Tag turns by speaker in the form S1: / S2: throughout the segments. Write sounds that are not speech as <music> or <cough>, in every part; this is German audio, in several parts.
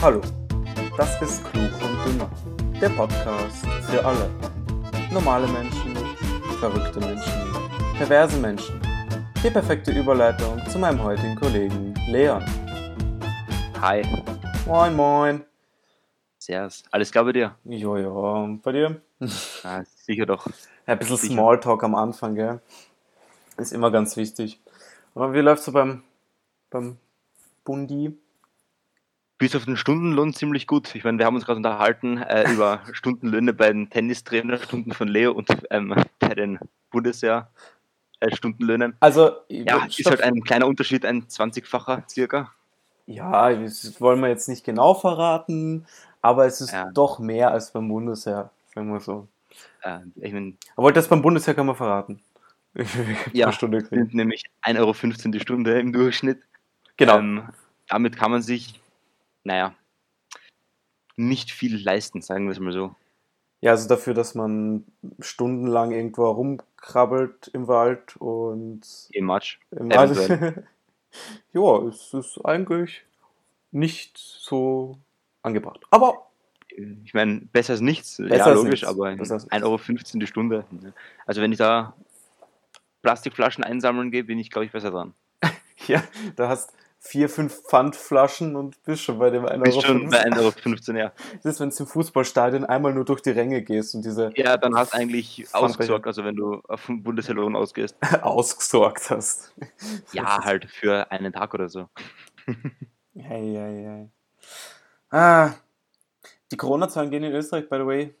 S1: Hallo, das ist Klug und Dümmer, der Podcast für alle. Normale Menschen, verrückte Menschen, perverse Menschen. Die perfekte Überleitung zu meinem heutigen Kollegen Leon.
S2: Hi,
S1: Moin, moin.
S2: servus. Alles klar bei dir?
S1: Jojo, und bei dir?
S2: Ah, sicher doch.
S1: Ja, ein bisschen Smalltalk am Anfang, gell? Ist immer ganz wichtig. Aber wie läuft's so beim, beim Bundi?
S2: Bis auf den Stundenlohn ziemlich gut. Ich meine, wir haben uns gerade unterhalten äh, über Stundenlöhne bei den Tennistrainerstunden von Leo und ähm, bei den Bundeswehr-Stundenlöhnen.
S1: Also,
S2: Ja, ist halt ein kleiner Unterschied, ein 20-facher circa.
S1: Ja, das wollen wir jetzt nicht genau verraten, aber es ist
S2: Ja.
S1: doch mehr als beim Bundesheer, sagen wir so.
S2: Äh, ich meine,
S1: Aber das beim Bundesheer kann man verraten. <laughs>
S2: Ja.
S1: Pro Stunde kriegen.
S2: sind nämlich 1,15 Euro die Stunde im Durchschnitt.
S1: Genau.
S2: Ähm, damit kann man sich, naja, nicht viel leisten, sagen wir es mal so.
S1: Ja, also dafür, dass man stundenlang irgendwo rumkrabbelt im Wald und
S2: Im Match.
S1: im
S2: Eventuell.
S1: Wald. <laughs> ja, es ist eigentlich nicht so angebracht. Aber
S2: Ich meine, besser als nichts,
S1: Besser
S2: ja,
S1: als
S2: logisch,
S1: nichts.
S2: aber
S1: Besser als
S2: 1,15 Euro die Stunde. ne? Also, wenn ich da Plastikflaschen einsammeln gehe, bin ich, glaube ich, besser dran.
S1: ja, da hast vier, fünf Pfandflaschen und bist schon bei dem 1,50
S2: Bist schon bei
S1: Euro.
S2: 1,15 Euro, ja.
S1: Das ist, wenn du im Fußballstadion einmal nur durch die Ränge gehst und diese
S2: <laughs> Ja, dann hast du eigentlich
S1: Pfandbecher.
S2: ausgesorgt, also wenn du auf den Bundessalon ausgehst.
S1: <laughs> ausgesorgt hast.
S2: Ja, halt für einen Tag oder so.
S1: Hey, hey, hey. Ah, die Corona-Zahlen gehen in Österreich, by the way,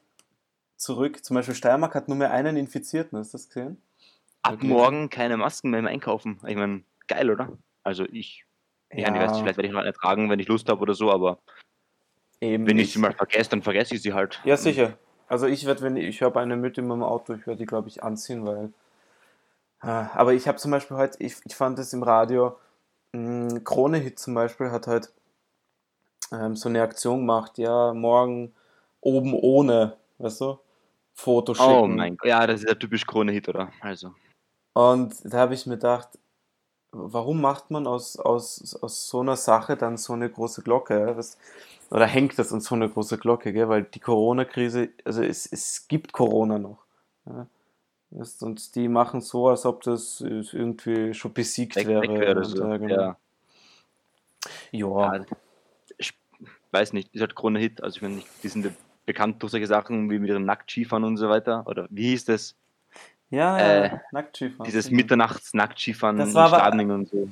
S1: zurück. Zum Beispiel Steiermark hat nur mehr einen Infizierten, hast du das gesehen?
S2: Ab
S1: Okay.
S2: morgen keine Masken mehr im Einkaufen. Ich meine, geil, oder? Also, ich, ja. ich weiß nicht, vielleicht werde ich noch eine tragen, wenn ich Lust habe oder so, aber
S1: eben
S2: wenn ich
S1: nicht.
S2: sie mal vergesse, dann vergesse ich sie halt.
S1: Ja, sicher. Also ich werde, wenn ich, ich habe eine mit in meinem Auto, ich werde die, glaube ich, anziehen, weil. Ah, Aber ich habe zum Beispiel heute, ich, ich fand es im Radio, mh, Krone Hit zum Beispiel hat halt ähm, so eine Aktion gemacht, ja, morgen oben ohne, weißt du? Foto schicken.
S2: Oh mein Gott. Ja, das ist der typisch Krone-Hit, oder? Also.
S1: Und da habe ich mir gedacht, warum macht man aus, aus, aus so einer Sache dann so eine große Glocke? Was, oder hängt das an so eine große Glocke, gell? Weil die Corona-Krise, also es, es gibt Corona noch. Ja? Weißt, Und die machen so, als ob das irgendwie schon besiegt
S2: weg,
S1: wäre.
S2: weg wäre oder
S1: Und,
S2: so.
S1: äh, genau.
S2: Ja,
S1: Ja.
S2: ja. Ich weiß nicht, ist halt Krone-Hit. Also, ich meine, ich- die sind ja bekannt durch solche Sachen wie mit ihren Nacktskifahren und so weiter. Oder wie hieß das?
S1: Ja,
S2: Äh,
S1: ja, Nacktskifahren.
S2: Dieses
S1: genau.
S2: Mitternachts-Nacktskifahren in
S1: Das war aber-
S2: Stadning und so.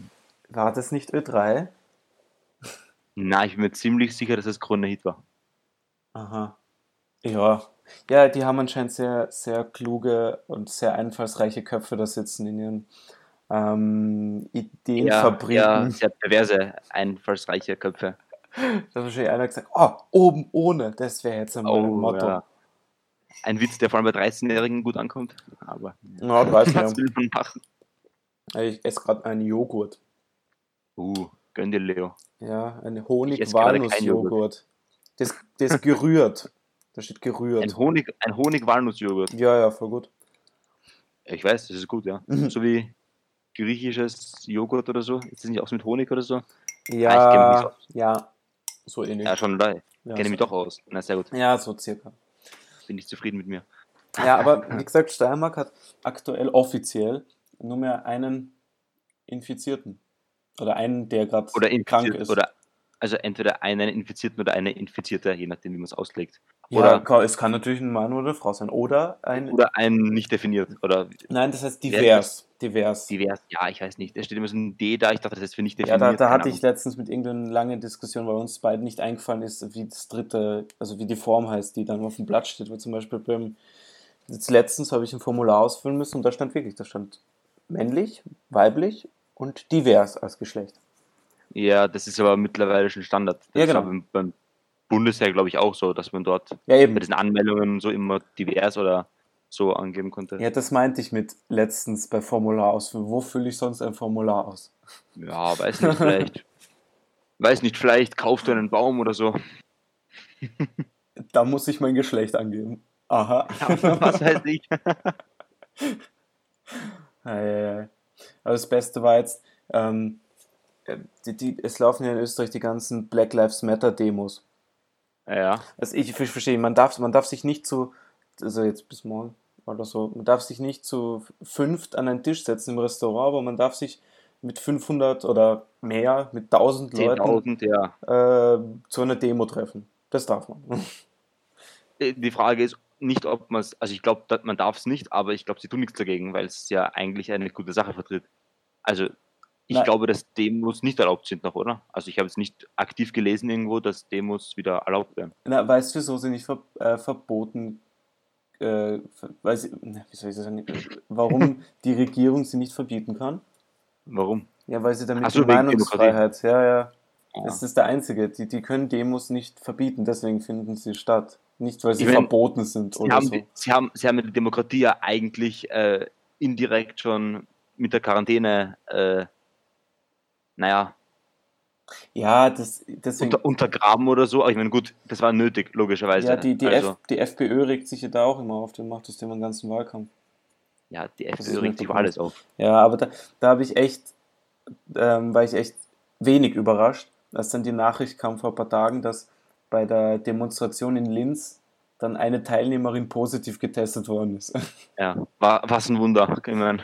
S1: War das nicht Ö3?
S2: Na, ich bin mir ziemlich sicher, dass das Krone-Hit war.
S1: Aha. Ja. Ja, die haben anscheinend sehr, sehr kluge und sehr einfallsreiche Köpfe da sitzen in ihren ähm,
S2: ja,
S1: Ideenfabriken.
S2: sehr perverse, einfallsreiche Köpfe.
S1: Da hat wahrscheinlich einer gesagt, oh, oben ohne, das wäre jetzt einmal ein Motto.
S2: Oh, ja. Ein Witz, der vor allem bei 13-Jährigen gut ankommt. Aber
S1: Ja, du weißt
S2: was
S1: ja.
S2: <laughs> will man machen?
S1: Ich esse gerade einen Joghurt.
S2: Uh, gönn dir, Leo.
S1: Ja, einen
S2: Ich esse gerade keinen
S1: Honig-Walnuss-Joghurt. Das, das gerührt. Da steht
S2: Ein
S1: gerührt.
S2: Honig- ein Honig-Walnuss-Joghurt.
S1: Ja, ja, voll gut.
S2: Ich weiß, das ist gut, ja.
S1: Mhm.
S2: So wie griechisches Joghurt oder so. Ist das nicht auch mit Honig oder so? Ah, ich kenn
S1: <laughs>
S2: mich
S1: Ja, ja, so ähnlich.
S2: Ja, schon, da
S1: Ja,
S2: kenne ich mich
S1: so-
S2: doch aus. Na, sehr gut.
S1: Ja, so circa.
S2: Bin ich zufrieden mit mir.
S1: Ja, aber
S2: <laughs>
S1: wie gesagt, Steiermark hat aktuell offiziell nur mehr einen Infizierten. Oder einen, der gerade
S2: Oder
S1: krank
S2: infiziert.
S1: ist.
S2: Oder, also entweder einen Infizierten oder eine Infizierte, je nachdem, wie man es auslegt.
S1: ja,
S2: oder-
S1: ka- es kann natürlich ein Mann oder eine Frau sein. Oder ein.
S2: Oder einen nicht definiert. Oder
S1: nein, das heißt divers. Divers.
S2: divers. Ja, ich weiß nicht. Da steht immer so ein D da. Ich dachte, das ist für nicht
S1: Ja,
S2: definiert.
S1: da, da
S2: Keine
S1: hatte ich
S2: Ahnung.
S1: letztens mit irgendeiner lange Diskussion, weil uns beiden nicht eingefallen ist, wie das dritte, also wie die Form heißt, die dann auf dem Blatt steht. Weil zum Beispiel beim. Jetzt letztens habe ich ein Formular ausfüllen müssen und da stand wirklich, da stand männlich, weiblich und divers als Geschlecht.
S2: Ja, das ist aber mittlerweile schon Standard. Das
S1: Ja,
S2: ist
S1: genau.
S2: aber beim, beim Bundesheer, glaube ich, auch so, dass man dort
S1: Ja, eben.
S2: bei diesen Anmeldungen so immer divers oder so angeben konnte.
S1: Ja, das meinte ich mit letztens bei Formular aus. Wo fülle ich sonst ein Formular aus?
S2: Ja, weiß nicht, <laughs> vielleicht. weiß nicht, vielleicht kaufst du einen Baum oder so.
S1: Da muss ich mein Geschlecht angeben. Aha.
S2: <laughs>
S1: <laughs>
S2: Was weiß ich.
S1: Ei, ei, ei. Aber das Beste war jetzt, ähm, äh, die, die, es laufen ja in Österreich die ganzen Black Lives Matter Demos.
S2: <laughs> Ja.
S1: Also ich, ich verstehe, man darf, man darf sich nicht zu, also jetzt bis morgen oder so, man darf sich nicht zu fünft an einen Tisch setzen im Restaurant, aber man darf sich mit 500 oder mehr, mit 1000 Leuten
S2: 10.000, ja.
S1: äh, zu einer Demo treffen. Das darf man.
S2: Äh, Die Frage ist nicht, ob man es, also ich glaube, man darf es nicht, aber ich glaube, sie tun nichts dagegen, weil es ja eigentlich eine gute Sache vertritt. Also ich
S1: Nein.
S2: glaube, dass Demos nicht erlaubt sind noch, oder? Also ich habe jetzt nicht aktiv gelesen irgendwo, dass Demos wieder erlaubt werden.
S1: Na, weißt du, wieso sie nicht ver äh, verboten, äh, ver weil sie, na, wie soll ich das sagen, äh,
S2: <laughs>
S1: warum die Regierung sie nicht verbieten kann?
S2: Warum?
S1: Ja, weil sie damit
S2: Ach so,
S1: die
S2: wegen
S1: Meinungsfreiheit, ja, ja,
S2: Ja.
S1: das ist der Einzige, die, die können Demos nicht verbieten, deswegen finden sie statt. Nicht, weil sie
S2: Ich mein,
S1: verboten sind
S2: Sie
S1: oder
S2: haben,
S1: so.
S2: die, sie, haben, sie haben ja die Demokratie ja eigentlich äh, indirekt schon mit der Quarantäne, äh, naja,
S1: Ja, das, deswegen,
S2: unter, untergraben oder so. Aber ich meine, gut, das war nötig, logischerweise.
S1: ja, die, die,
S2: also,
S1: F, die FPÖ regt sich ja da auch immer auf, die macht das Thema den ganzen Wahlkampf.
S2: ja, die
S1: ist
S2: FPÖ
S1: nicht
S2: regt sich
S1: so
S2: über alles auf.
S1: Ja, aber da, da habe ich echt, ähm, war ich echt wenig überrascht, als dann die Nachricht kam vor ein paar Tagen, dass bei der Demonstration in Linz dann eine Teilnehmerin positiv getestet worden ist. <laughs>
S2: Ja, war, was ein Wunder. <laughs> Ich meine,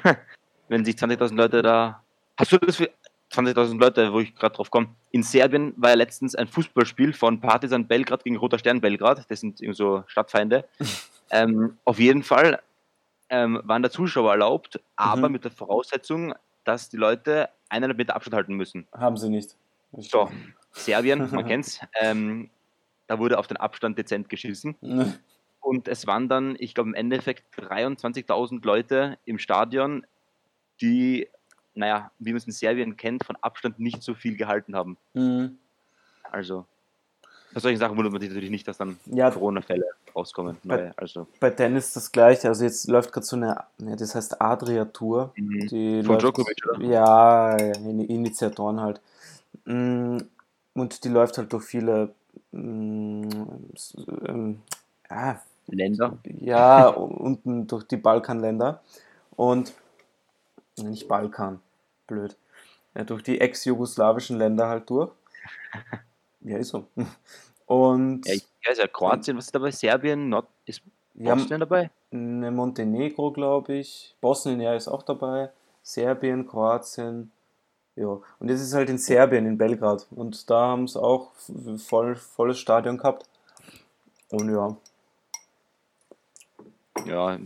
S2: wenn sich 20.000 Leute da. Hast du das für 20.000 Leute, wo ich gerade drauf komme? In Serbien war ja letztens ein Fußballspiel von Partizan Belgrad gegen Roter Stern Belgrad. Das sind eben so Stadtfeinde. ähm, auf jeden Fall ähm, waren da Zuschauer erlaubt, aber
S1: Mhm.
S2: mit der Voraussetzung, dass die Leute eineinhalb Meter Abstand halten müssen.
S1: Haben sie nicht. <laughs>
S2: So, Serbien, man kennt's. Ähm, da wurde auf den Abstand dezent geschissen. Und es waren dann, ich glaube, im Endeffekt 23.000 Leute im Stadion, die, naja, wie man es in Serbien kennt, von Abstand nicht so viel gehalten haben.
S1: Mhm.
S2: Also, bei solchen Sachen wundert man sich natürlich nicht, dass dann
S1: Ja.
S2: Corona-Fälle rauskommen. Neue. Also,
S1: Bei Tennis das gleiche. Also jetzt läuft gerade so eine, ja, das heißt Adria-Tour.
S2: mhm.
S1: Die
S2: Von
S1: läuft-
S2: Djokovic, oder?
S1: Ja, in- Initiatoren halt. Mm, Und die läuft halt durch viele, mm, s- ähm, ah,
S2: Länder.
S1: ja, u- unten durch die Balkanländer und nein, nicht Balkan, blöd, ja, durch die ex-jugoslawischen Länder halt durch. Ja, ist so. Und
S2: Ja, ich weiß ja, Kroatien, was ist dabei? Serbien, Nord ist
S1: wir haben
S2: Bosnien dabei?
S1: ne Montenegro, glaube ich. Bosnien, ja, ist auch dabei. Serbien, Kroatien. Ja, und jetzt ist halt in Serbien, in Belgrad. Und da haben sie auch f- voll, volles Stadion gehabt. Und ja,
S2: Ja,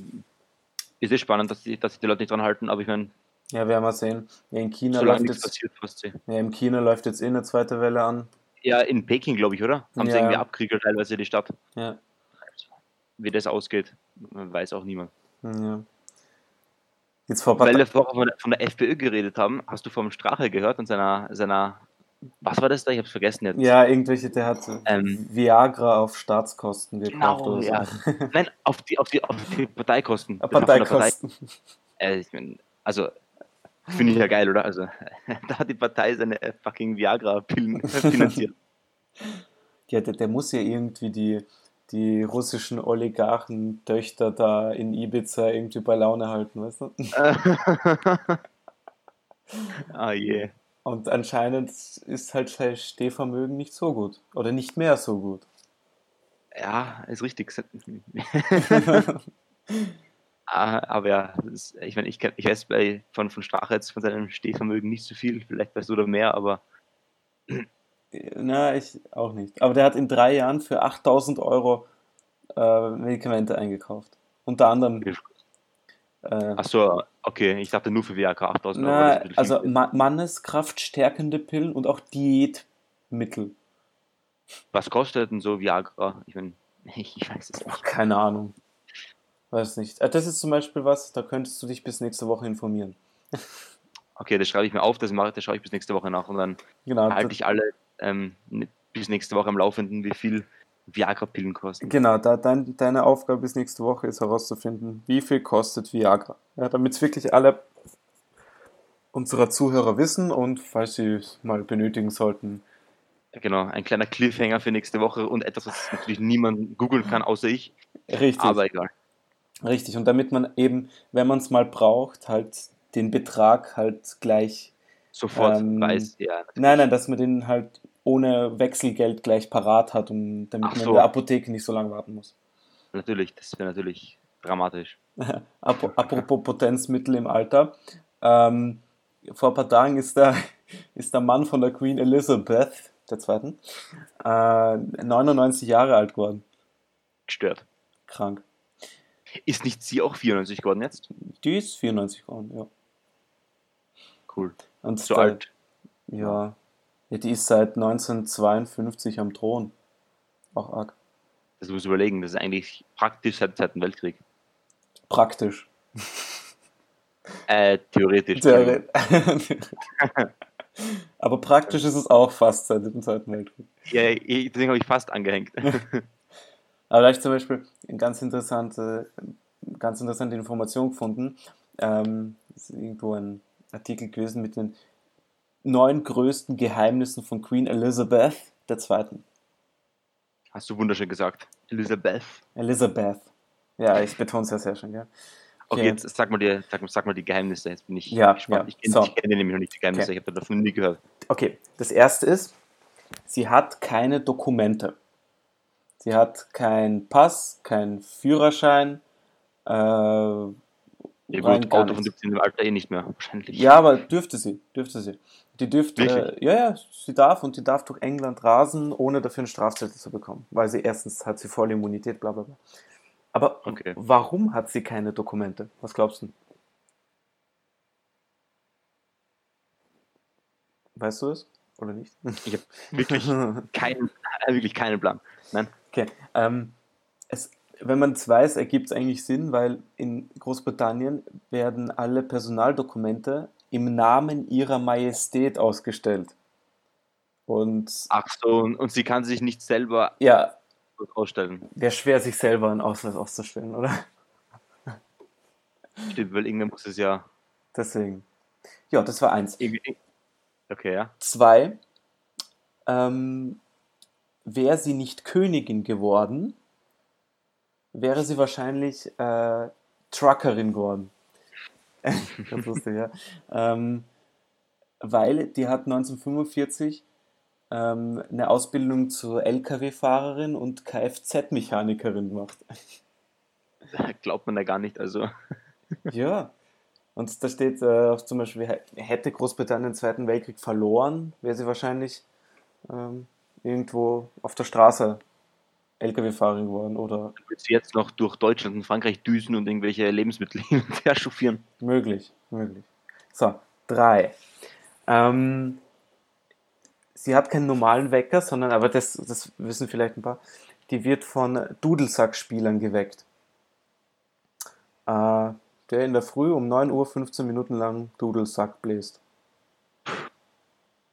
S2: ist es spannend, dass sich dass sich die Leute nicht dran halten, aber ich meine,
S1: ja, werden wir sehen. Ja, in China
S2: solange
S1: läuft
S2: nichts
S1: jetzt,
S2: passiert, fast sie.
S1: ja, in China läuft jetzt eh eine zweite Welle an.
S2: Ja, in Peking, glaube ich, oder? Haben sie
S1: Ja.
S2: irgendwie abgeriegelt, teilweise die Stadt.
S1: Ja,
S2: Wie das ausgeht, weiß auch niemand.
S1: ja. Jetzt vor ein paar
S2: Weil
S1: Ta-
S2: wir vorher von der, von der FPÖ geredet haben, hast du vom Strache gehört und seiner, seiner, was war das da? Ich hab's vergessen jetzt.
S1: Ja, irgendwelche, der hat
S2: Ähm.
S1: Viagra auf Staatskosten gekauft
S2: Genau,
S1: oder so.
S2: ja. Nein, auf die, auf die, auf die Parteikosten. Das war von der
S1: Parteikosten.
S2: Partei, äh, ich mein, also, finde ich ja geil, oder? Also, <laughs> da hat die Partei seine äh, fucking Viagra-Pillen
S1: <laughs>
S2: finanziert.
S1: Ja, der, der muss ja irgendwie die, die russischen Oligarchen-Töchter da in Ibiza irgendwie bei Laune halten, weißt du?
S2: ah je.
S1: Und anscheinend ist halt sein Stehvermögen nicht so gut. Oder nicht mehr so
S2: <laughs>
S1: gut.
S2: Ja, ist richtig. <laughs> Ah, aber ja, das ist, ich meine, ich, kenn- ich weiß bei, von, von Strache jetzt von seinem Stehvermögen nicht so viel, vielleicht weißt du da mehr, aber
S1: Na, ich auch nicht. Aber der hat in drei Jahren für 8000 Euro äh, Medikamente eingekauft. Unter anderem. Äh,
S2: Achso, okay, ich dachte nur für WAK 8000 Euro. das
S1: na,
S2: ist ein bisschen
S1: also
S2: viel.
S1: Ma Manneskraftstärkende Pillen und auch Diätmittel.
S2: was kostet denn so Viagra? Ich meine, <laughs> ich weiß es nicht.
S1: Keine Ahnung. Weiß nicht. Ah, Das ist zum Beispiel was, da könntest du dich bis nächste Woche informieren.
S2: Okay, das schreibe ich mir auf, das mache ich, das schaue ich bis nächste Woche nach und dann
S1: Genau,
S2: halte
S1: da,
S2: ich alle ähm, ne- bis nächste Woche am Laufenden, wie viel Viagra-Pillen kosten.
S1: genau da, dein, deine Aufgabe bis nächste Woche ist herauszufinden, wie viel kostet Viagra. Ja, Damit es wirklich alle unserer Zuhörer wissen und falls sie es mal benötigen sollten.
S2: Genau, ein kleiner Cliffhanger für nächste Woche und etwas, was natürlich niemand googeln kann, außer ich,
S1: Richtig,
S2: aber egal.
S1: richtig. Und damit man eben, wenn man es mal braucht, halt den Betrag halt gleich
S2: Sofort
S1: Ähm,
S2: weiß er.
S1: Nein, nein, dass man den halt ohne Wechselgeld gleich parat hat, um, damit
S2: Ach
S1: man
S2: so.
S1: in der Apotheke nicht so lange warten muss.
S2: Natürlich, das wäre natürlich dramatisch.
S1: Ap apropos Potenzmittel im Alter. Ähm, vor ein paar Tagen ist der, <laughs> ist der Mann von der Queen Elizabeth, der zweiten, äh, 99 Jahre alt geworden.
S2: Gestört.
S1: Krank.
S2: Ist nicht sie auch 94 geworden jetzt?
S1: Die ist 94 geworden, ja.
S2: Cool.
S1: Und
S2: So
S1: der-
S2: alt.
S1: Ja. ja. Die ist seit 1952 am Thron. Auch arg.
S2: Das muss ich überlegen. Das ist eigentlich praktisch seit dem Zweiten Weltkrieg.
S1: Praktisch.
S2: Äh, theoretisch.
S1: Theoret- <laughs> Aber praktisch ist es auch fast seit dem Zweiten Weltkrieg.
S2: Ja, ich- deswegen habe ich
S1: <laughs>
S2: fast angehängt.
S1: Aber da habe ich zum Beispiel eine ganz interessante, ganz interessante Information gefunden. Ähm, das ist irgendwo ein Artikel gewesen mit den neun größten Geheimnissen von Queen Elizabeth II.
S2: Hast du wunderschön gesagt. Elisabeth.
S1: Elizabeth. Ja, ich betone es ja sehr schön, gell?
S2: Okay,
S1: Okay.
S2: jetzt sag mal, die, sag, sag mal die Geheimnisse. Jetzt bin ich
S1: Ja,
S2: gespannt.
S1: ja.
S2: Ich kenne
S1: So.
S2: ich kenne nämlich noch nicht die Geheimnisse.
S1: Okay.
S2: Ich habe davon nie gehört.
S1: Okay, das erste ist, sie hat keine Dokumente. Sie hat keinen Pass, keinen Führerschein. Äh, ja,
S2: Ja,
S1: Rein
S2: gut,
S1: gar
S2: Auto von
S1: nichts.
S2: 17 im Alter eh nicht mehr. Wahrscheinlich.
S1: ja, aber dürfte sie, dürfte sie. Die dürfte,
S2: Wirklich?
S1: äh, ja, ja, sie darf und die darf durch England rasen, ohne dafür einen Strafzettel zu bekommen. Weil sie erstens hat sie volle Immunität, bla bla bla. Aber
S2: Okay.
S1: warum hat sie keine Dokumente? Was glaubst du? Weißt du es? Oder nicht?
S2: Ich habe wirklich,
S1: <laughs>
S2: keinen, äh, wirklich keinen Plan. Nein.
S1: Okay. Ähm, es, wenn man es weiß, ergibt es eigentlich Sinn, weil in Großbritannien werden alle Personaldokumente im Namen ihrer Majestät ausgestellt. Und
S2: Ach so, und, und sie kann sich nicht selber
S1: ja,
S2: ausstellen.
S1: wäre schwer, sich selber einen Ausweis auszustellen, oder? <laughs>
S2: Stimmt, weil irgendwann muss es ja.
S1: Deswegen. Ja, das war eins.
S2: irgendwie- eh, Okay, ja. <laughs>
S1: Zwei, ähm, wäre sie nicht Königin geworden, wäre sie wahrscheinlich äh, Truckerin geworden. <laughs> Ganz lustig, ja. Ähm, weil die hat 1945 ähm, eine Ausbildung zur LKW-Fahrerin und Kfz-Mechanikerin gemacht.
S2: Glaubt man da gar nicht. Also,
S1: Ja. Und da steht äh, auch zum Beispiel, hä- hätte Großbritannien den Zweiten Weltkrieg verloren, wäre sie wahrscheinlich ähm, irgendwo auf der Straße LKW-Fahrerin geworden oder
S2: willst du jetzt noch durch Deutschland und Frankreich düsen und irgendwelche Lebensmittel <laughs> hin und her chauffieren?
S1: möglich, möglich. So, drei. Ähm, sie hat keinen normalen Wecker, sondern, aber das, das wissen vielleicht ein paar, die wird von Dudelsack-Spielern geweckt. Äh, der in der Früh um 9 Uhr 15 Minuten lang Dudelsack bläst.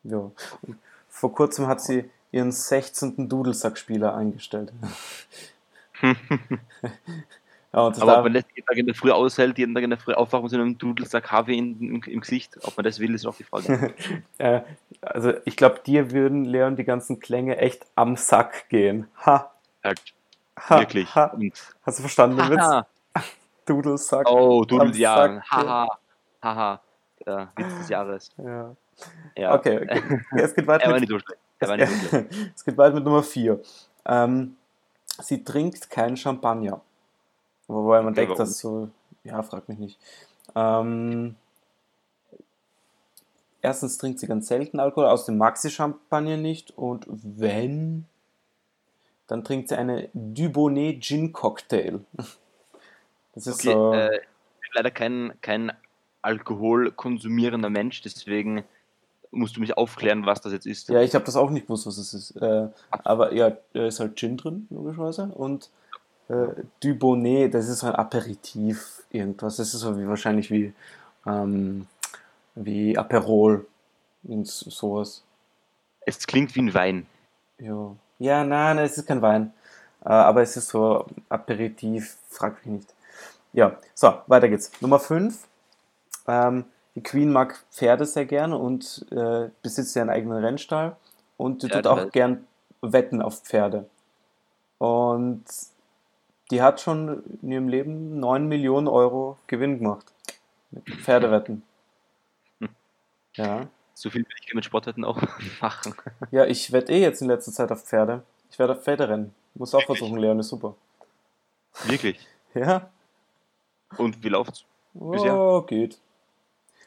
S1: Ja. Und Vor kurzem hat sie ihren 16. Dudelsack-Spieler eingestellt. ja, und das
S2: Aber
S1: darf-
S2: ob man das jeden Tag in der Früh aushält, jeden Tag in der Früh aufwachen mit so einem Dudelsack Kaffee in, im, im Gesicht, ob man das will, ist auch
S1: <laughs>
S2: die Frage.
S1: Äh, also ich glaube, dir würden Leon die ganzen Klänge echt am Sack gehen. Ha,
S2: Halt,
S1: ha,
S2: wirklich.
S1: ha.
S2: Und,
S1: Hast du verstanden den Witz?
S2: haha,
S1: Dudelsack.
S2: oh, Dudel,
S1: Am
S2: ja,
S1: Sack,
S2: haha, haha, der Witz des Jahres.
S1: Ja.
S2: Ja,
S1: Okay, okay. es geht
S2: er
S1: weiter
S2: war
S1: mit,
S2: nicht so schlecht. Er war nicht so schlecht.
S1: <laughs> es geht weiter mit Nummer 4. Ähm, sie trinkt kein Champagner. Wobei man
S2: Okay,
S1: denkt, dass so, ja, frag mich nicht. Ähm, erstens trinkt sie ganz selten Alkohol, aus dem Maxi-Champagner nicht. Und wenn, dann trinkt sie eine Dubonnet Gin Cocktail. <laughs> Das ist
S2: Okay,
S1: <laughs> so.
S2: äh, ich bin leider kein, kein alkoholkonsumierender Mensch, deswegen musst du mich aufklären, was das jetzt ist.
S1: ja, ich habe das auch nicht gewusst, was es ist. Äh, aber ja, da ist halt Gin drin, logischerweise. Und äh, Dubonnet, das ist so ein Aperitif, irgendwas. Das ist so wie wahrscheinlich wie, ähm, wie Aperol und so- sowas.
S2: Es klingt wie ein Wein.
S1: Ja, ja nein, nein, es ist kein Wein. Äh, aber es ist so Aperitif, frag mich nicht. Ja, so, weiter geht's. Nummer 5. Ähm, die Queen mag Pferde sehr gerne und äh, besitzt ihren eigenen Rennstall. Und die
S2: Ja,
S1: tut
S2: die
S1: auch
S2: weiß.
S1: gern wetten auf Pferde. Und die hat schon in ihrem Leben 9 Millionen Euro Gewinn gemacht. Mit Pferdewetten. Ja.
S2: So viel will ich mit Sportarten auch <laughs> machen.
S1: Ja, ich wette eh jetzt in letzter Zeit auf Pferde. Ich werde auf Pferde rennen. Muss auch versuchen, Leon ist super.
S2: Wirklich.
S1: Ja?
S2: Und wie läuft's? Bisher?
S1: Oh, geht.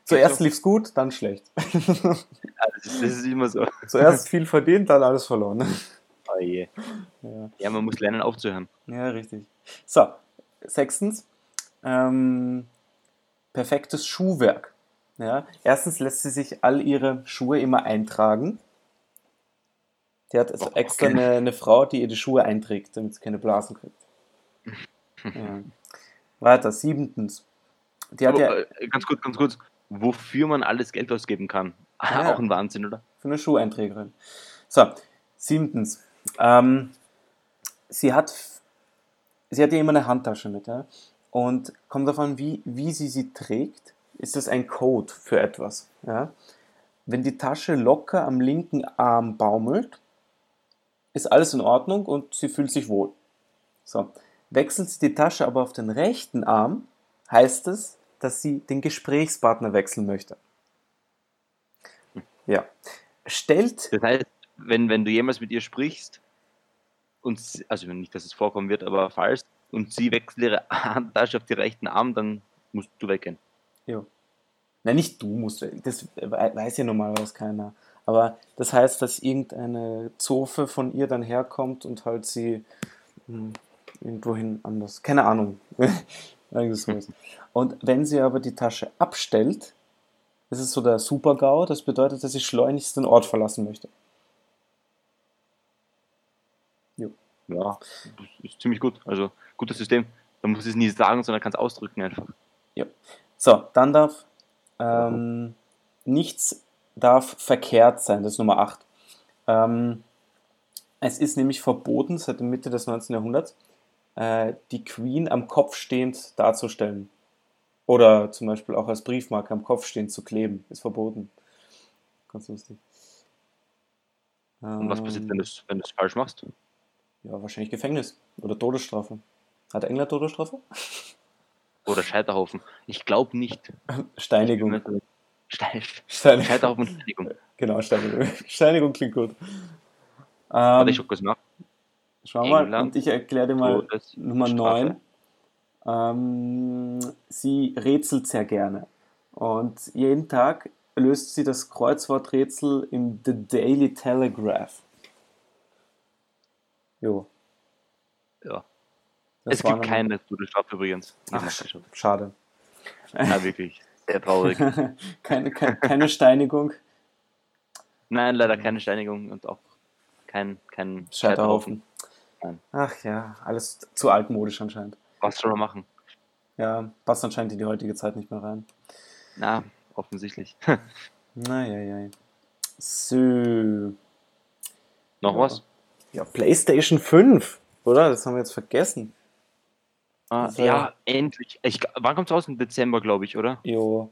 S1: Zuerst
S2: so.
S1: lief's gut, dann schlecht.
S2: Ja, das, ist, das ist immer so.
S1: Zuerst viel verdient, dann alles verloren.
S2: Oh je.
S1: Ja.
S2: Ja, man muss lernen aufzuhören.
S1: Ja, richtig. So, sechstens, ähm, perfektes Schuhwerk. Ja, erstens lässt sie sich all ihre Schuhe immer eintragen. Die hat also
S2: Okay.
S1: extra eine, eine Frau, die ihr die Schuhe einträgt, damit sie keine Blasen
S2: <laughs>
S1: kriegt. Ja. Weiter, siebentens. Die hat
S2: Aber,
S1: ja
S2: äh, ganz kurz, ganz kurz. Wofür man alles Geld ausgeben kann. <laughs>
S1: Ah, Ja.
S2: Auch ein Wahnsinn, oder?
S1: für eine Schuheinträgerin. So, siebtens. Ähm, sie hat sie hat ja immer eine Handtasche mit, ja? Und kommt davon, wie, wie sie sie trägt, ist das ein Code für etwas, ja? Wenn die Tasche locker am linken Arm baumelt, ist alles in Ordnung und sie fühlt sich wohl. So, wechselt sie die Tasche aber auf den rechten Arm, heißt es, dass sie den Gesprächspartner wechseln möchte. Ja. Stellt
S2: Das heißt, wenn, wenn du jemals mit ihr sprichst, und sie, also nicht, dass es vorkommen wird, aber falls, und sie wechselt ihre <laughs> Handtasche auf den rechten Arm, dann musst du weggehen.
S1: Na, nicht du musst, das wei- weiß ja normalerweise keiner. Aber das heißt, dass irgendeine Zofe von ihr dann herkommt und halt sie hm, irgendwohin anders. Keine Ahnung. <laughs> Irgendwas sowas. Und wenn sie aber die Tasche abstellt, das ist so der Super-GAU, das bedeutet, dass sie schleunigst den Ort verlassen möchte.
S2: Ja, das ist ziemlich gut. Also gutes System. Da muss es nie sagen, sondern kannst ausdrücken einfach.
S1: So, dann darf ähm, nichts darf verkehrt sein, das ist Nummer 8. Ähm, es ist nämlich verboten, seit der Mitte des 19. Jahrhunderts, äh, die Queen am Kopf stehend darzustellen. Oder zum Beispiel auch als Briefmarke am Kopf stehend zu kleben. Ist verboten. Ganz lustig.
S2: Und was passiert,
S1: Ähm,
S2: wenn du es wenn du es falsch machst?
S1: Ja, wahrscheinlich Gefängnis oder Todesstrafe. Hat England Todesstrafe?
S2: Oder Scheiterhaufen? Ich glaube nicht.
S1: Steinigung.
S2: Steif.
S1: Steinigung.
S2: Scheiterhaufen und Steinigung.
S1: Genau, Steinigung. <laughs> Steinigung klingt gut.
S2: Warte, ich
S1: Ähm,
S2: schaue kurz nach.
S1: schau mal,
S2: England.
S1: und ich erkläre dir mal
S2: Todes-
S1: Nummer
S2: Strafe.
S1: 9. Ähm, sie rätselt sehr gerne. Und jeden Tag löst sie das Kreuzworträtsel im The Daily Telegraph. Jo.
S2: Ja.
S1: das
S2: es
S1: war
S2: gibt
S1: noch-
S2: keine Todesstrafe übrigens.
S1: Ach,
S2: Ja,
S1: sch- schade. <laughs>
S2: Ja, wirklich. Sehr traurig.
S1: keine, keine, keine Steinigung.
S2: Nein, leider keine Steinigung und auch kein, kein
S1: Scheiterhaufen.
S2: Nein.
S1: Ach ja, alles zu altmodisch anscheinend.
S2: Was soll man machen?
S1: Ja, passt anscheinend in die heutige Zeit nicht mehr rein.
S2: Na, offensichtlich. <laughs>
S1: Eieiei. So.
S2: Noch
S1: Ja.
S2: was?
S1: Ja, PlayStation 5, oder? Das haben wir jetzt vergessen.
S2: Ah,
S1: Das, äh,
S2: ja, endlich. Ich, gl- wann kommt es raus? Im Dezember, glaube ich, oder?
S1: Jo.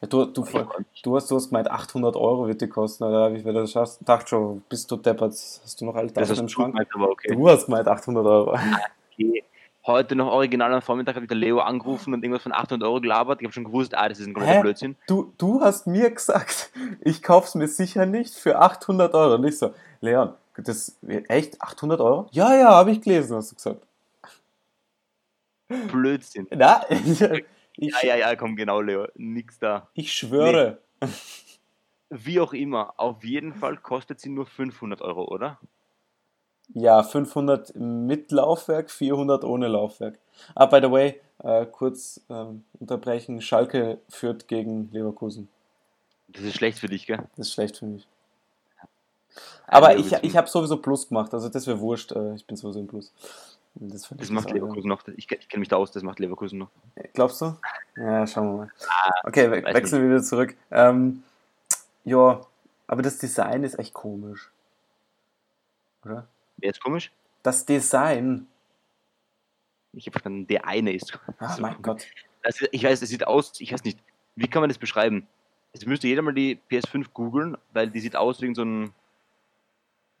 S1: Ja, du, du, du, hast, du hast gemeint, 800 Euro wird die kosten, oder wie viel das schaffst. Ich dachte schon, bist du deppert, hast du noch alle
S2: Das
S1: Tassen im
S2: ist schon
S1: Schrank?
S2: aber okay.
S1: Du hast gemeint 800 Euro.
S2: okay. Heute noch original am Vormittag hat wieder Leo angerufen und irgendwas von 800 Euro gelabert. Ich habe schon gewusst, ah, das ist ein
S1: Hä?
S2: kompletter Blödsinn.
S1: Du, du hast mir gesagt, <laughs> ich kauf's mir sicher nicht für 800 Euro. Nicht so, Leon, das, echt 800 Euro? Ja, ja, habe ich gelesen, hast du gesagt.
S2: Blödsinn.
S1: Na, <laughs> ich, ich,
S2: Ja, ja, ja, komm, genau, Leo. Nix da.
S1: ich schwöre.
S2: Wie auch immer, auf jeden Fall kostet sie nur 500 Euro, oder?
S1: Ja, 500 mit Laufwerk, 400 ohne Laufwerk. Ah, by the way, äh, kurz ähm, unterbrechen. Schalke führt gegen Leverkusen.
S2: Das ist schlecht für dich, gell?
S1: Das ist schlecht für mich. Aber
S2: Leo,
S1: ich,
S2: willst du-
S1: ich habe sowieso Plus gemacht, also das wäre wurscht. Äh, ich bin sowieso im Plus. Das, verliert
S2: Das macht
S1: alles.
S2: Leverkusen noch. Ich, ich kenne mich da aus, das macht Leverkusen noch.
S1: Glaubst du? Ja, schauen wir mal. Okay, we
S2: Ah, weiß
S1: wechseln wir wieder zurück. Ähm, ja, aber das Design ist echt komisch. Oder?
S2: Wäre jetzt komisch?
S1: Das Design.
S2: Ich habe verstanden, der eine ist.
S1: Ach,
S2: So.
S1: Ah, mein Gott.
S2: Also, ich weiß, es sieht aus, ich weiß nicht, wie kann man das beschreiben? Es müsste jeder mal die PS5 googeln, weil die sieht aus wie so ein.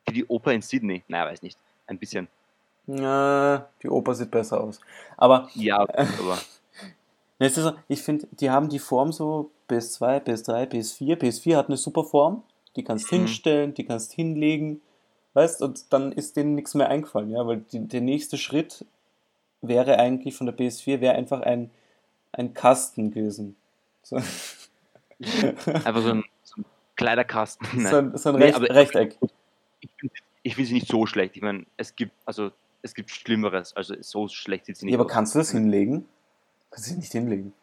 S2: wie die Oper in Sydney. Naja, weiß nicht. Ein bisschen.
S1: Äh, <laughs> Ja, die Oper sieht besser aus. Aber
S2: Ja, aber.
S1: Ne, es ist so, ich finde, die haben die Form so PS2, PS3, PS4. PS4 hat eine super Form. Die kannst
S2: Mhm.
S1: hinstellen, die kannst hinlegen. Weißt und dann ist denen nichts mehr eingefallen, ja, weil die, der nächste Schritt wäre eigentlich von der PS4 wäre einfach ein, ein Kasten gewesen. So,
S2: Einfach so ein, so ein Kleiderkasten.
S1: <laughs> so
S2: <laughs> Nein.
S1: ein, so ein
S2: Nee,
S1: Recht,
S2: aber-
S1: Rechteck.
S2: Ich finde ich find sie nicht so schlecht. Ich meine, es gibt, also es gibt Schlimmeres. Also so schlecht sieht sie nicht
S1: Ja, aber
S2: aus.
S1: kannst du das hinlegen? Kannst du das nicht hinlegen.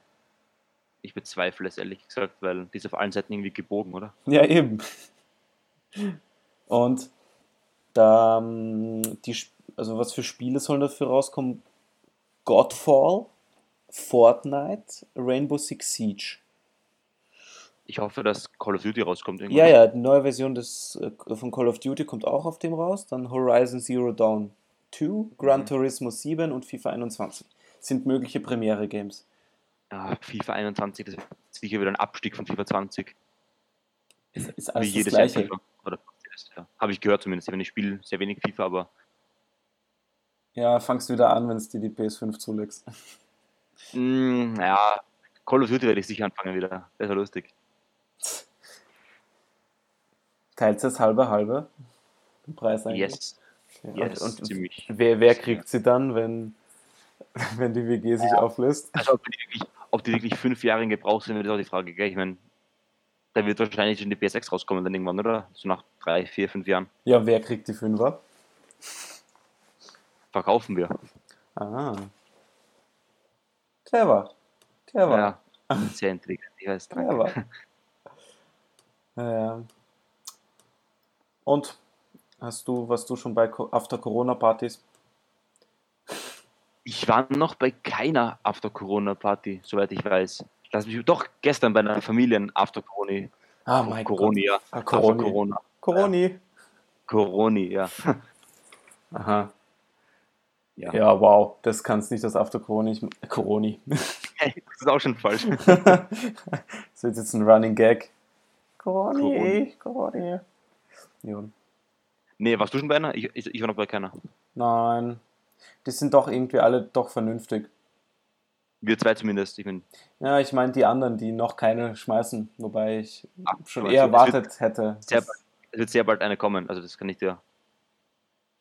S2: Ich bezweifle es ehrlich gesagt, weil die ist auf allen Seiten irgendwie gebogen, oder?
S1: Ja, eben. Und da, ähm, die, Sp- also was für Spiele sollen dafür rauskommen? Godfall, Fortnite, Rainbow Six Siege.
S2: Ich hoffe, dass Call of Duty rauskommt. Irgendwann.
S1: Ja, ja, die neue Version des, äh, von Call of Duty kommt auch auf dem raus. Dann Horizon Zero Dawn 2, Gran
S2: Mhm.
S1: Turismo 7 und FIFA 21 sind mögliche Premiere-Games.
S2: Ah, FIFA 21, das wird sicher wieder ein Abstieg von FIFA 20.
S1: Ist, ist
S2: wie
S1: alles das
S2: jedes
S1: Gleiche.
S2: Jahr FIFA. Oder jedes Jahr. Habe ich gehört zumindest. Ich meine, ich spiele sehr wenig FIFA, aber
S1: Ja, fangst wieder an, wenn es dir die PS5 zulegst.
S2: mh, naja, mm, Call of Duty werde ich sicher anfangen wieder. Das war lustig.
S1: Teilt es halbe halbe. Den Preis eigentlich.
S2: Yes.
S1: Ja,
S2: Yes,
S1: und, und
S2: ziemlich.
S1: wer, wer kriegt sie dann, wenn, <laughs> wenn die WG sich auflöst?
S2: Also ob die wirklich, ob die wirklich fünf Jahre in Gebrauch sind, ist auch die Frage, gell? Ich meine, da wird wahrscheinlich schon die PS6 rauskommen dann irgendwann, oder? So nach drei, vier, fünf Jahren.
S1: Ja, wer kriegt die Fünfer?
S2: Verkaufen wir.
S1: Ah. Clever. Clever.
S2: Ja. Sehr intelligent. Ich weiß danke.
S1: Clever. ja. Und hast du, was du schon bei Co- After Corona Partys?
S2: Ich war noch bei keiner After-Corona-Party, soweit ich weiß. Lass mich doch gestern bei einer Familien-After-Corona.
S1: Ah,
S2: Corona, ja.
S1: Ah,
S2: Corona.
S1: Corona.
S2: Corona.
S1: Corona.
S2: Corona, ja.
S1: Aha.
S2: Ja.
S1: Ja, wow, das kannst nicht das After Corona. Ich, Corona.
S2: das ist auch schon falsch.
S1: <laughs> das wird jetzt ein Running Gag. Corona,
S2: Coroni.
S1: Corona. Ja.
S2: Nee, warst du schon bei einer? Ich, ich, ich war noch bei keiner.
S1: Nein. Die sind doch irgendwie alle doch vernünftig.
S2: Wir zwei zumindest. Ich bin
S1: Ja, ich meine die anderen, die noch keine schmeißen, wobei ich
S2: Ach,
S1: schon
S2: aber
S1: eher
S2: es wird-
S1: erwartet
S2: es wird-
S1: hätte.
S2: Sehr
S1: Das,
S2: bald. Es wird sehr bald eine kommen, also das kann ich dir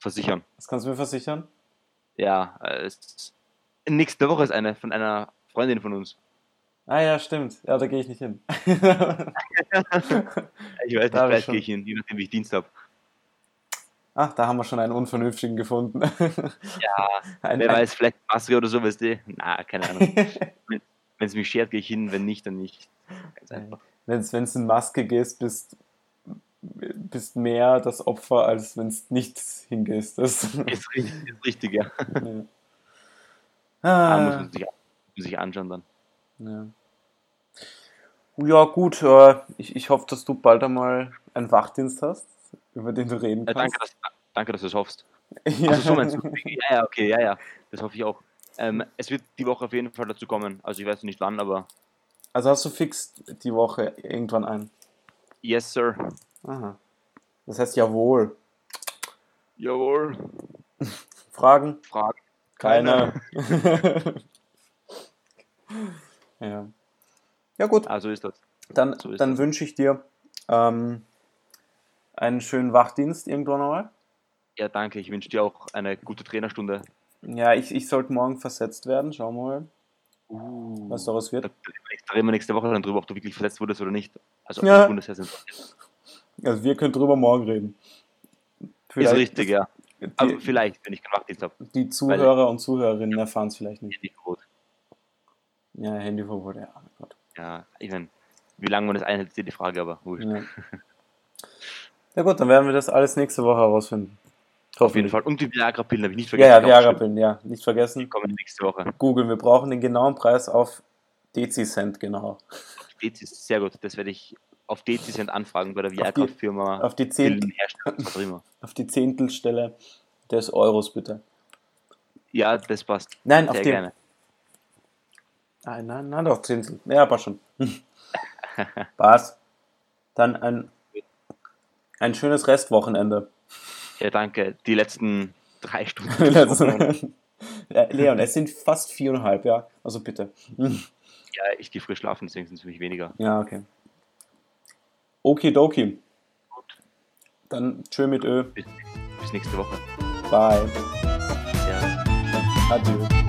S2: versichern.
S1: das kannst du mir versichern?
S2: Ja, äh, es ist, nächste Woche ist eine von einer Freundin von uns.
S1: Ah ja, stimmt. Ja, da gehe ich nicht
S2: <laughs>
S1: hin. <laughs>
S2: Ich weiß nicht,
S1: Da hab ich
S2: vielleicht
S1: schon-
S2: gehe ich hin, je nachdem, wie ich Dienst habe.
S1: Ach, da haben wir schon einen Unvernünftigen gefunden.
S2: Ja,
S1: <laughs> Ein,
S2: wer
S1: ein-
S2: weiß, vielleicht Maske oder so, weißt du? Na, keine <laughs> Ahnung.
S1: <laughs>
S2: Wenn es mich schert, gehe ich hin, wenn nicht, dann nicht. Ganz einfach.
S1: Wenn's, wenn's in Maske gehst, bist, bist mehr das Opfer, als wenn's nicht hingehst.
S2: <laughs>
S1: Das, <laughs>
S2: Ist richtig, ist richtig ja.
S1: ja.
S2: Ah, muss
S1: Ah,
S2: man sich, muss man sich anschauen dann.
S1: ja. ja, gut. Äh, ich, ich hoffe, dass du bald einmal einen Wachdienst hast, über den du reden
S2: Ja,
S1: kannst.
S2: danke, dass, danke, dass du es hoffst.
S1: Ja.
S2: Also so meinst du? Ja, ja, okay, ja, ja. Das hoffe ich auch. Ähm, es wird die Woche auf jeden Fall dazu kommen. Also ich weiß nicht wann, aber
S1: <laughs> Also hast du fix die Woche irgendwann ein.
S2: yes, sir.
S1: Aha. Das heißt, jawohl.
S2: Jawohl.
S1: Fragen?
S2: Fragen.
S1: Keine. <laughs> ja. ja, gut.
S2: Ah, so ist das.
S1: Dann,
S2: so ist
S1: dann
S2: das.
S1: wünsche ich dir ähm, einen schönen Wachdienst irgendwann einmal.
S2: Ja, danke. Ich wünsche dir auch eine gute Trainerstunde.
S1: Ja, ich, ich sollte morgen versetzt werden. Schauen wir mal,
S2: Uh.
S1: was daraus
S2: Da
S1: wird.
S2: da reden wir nächste Woche dann drüber, ob du wirklich verletzt wurdest oder nicht. Also
S1: Ja.
S2: als Bundesheer sind
S1: Also, wir können drüber morgen reden.
S2: ist
S1: Vielleicht
S2: richtig, ja. Aber
S1: Die,
S2: vielleicht, wenn ich keinen Wachdienst habe.
S1: die Zuhörer und Zuhörerinnen erfahren es vielleicht nicht.
S2: Nicht gut.
S1: Ja, Handyverbot, ja. oh mein Gott.
S2: Ja, ich meine, wie lange man das einhält, ist dir die Frage, aber wurscht.
S1: Ja. ja gut, dann werden wir das alles nächste Woche herausfinden.
S2: Auf jeden Fall. Und die Viagra-Pillen habe ich nicht
S1: Ja,
S2: vergessen.
S1: ja, Viagra-Pillen,
S2: aufzuschreiben.
S1: ja. Nicht
S2: Die
S1: vergessen.
S2: kommen nächste Woche.
S1: Googeln, wir brauchen den genauen Preis auf Dezicent, genau.
S2: Dezis, sehr gut. Das werde ich auf Dezicent anfragen bei der
S1: die-
S2: Viagra-Firma.
S1: Auf die, Zehnt,
S2: Pillenhersteller.
S1: auf die Zehntelstelle des Euros, bitte.
S2: Ja, das passt.
S1: Nein,
S2: Sehr
S1: auf den.
S2: gerne.
S1: Nein, nein, nein, auf Zehntel. Ja, passt <laughs> schon. Passt. Dann ein, ein schönes Restwochenende.
S2: Ja, danke. Die letzten
S1: <laughs>
S2: drei Stunden.
S1: Ja, Leon, es sind fast viereinhalb, ja. Also bitte.
S2: Ja, ich gehe früh schlafen, deswegen sind es für mich weniger.
S1: Ja, okay. Okidoki. Dann tschö mit Ö.
S2: Bis nächste Woche.
S1: Bye.
S2: Ja.
S1: Adieu.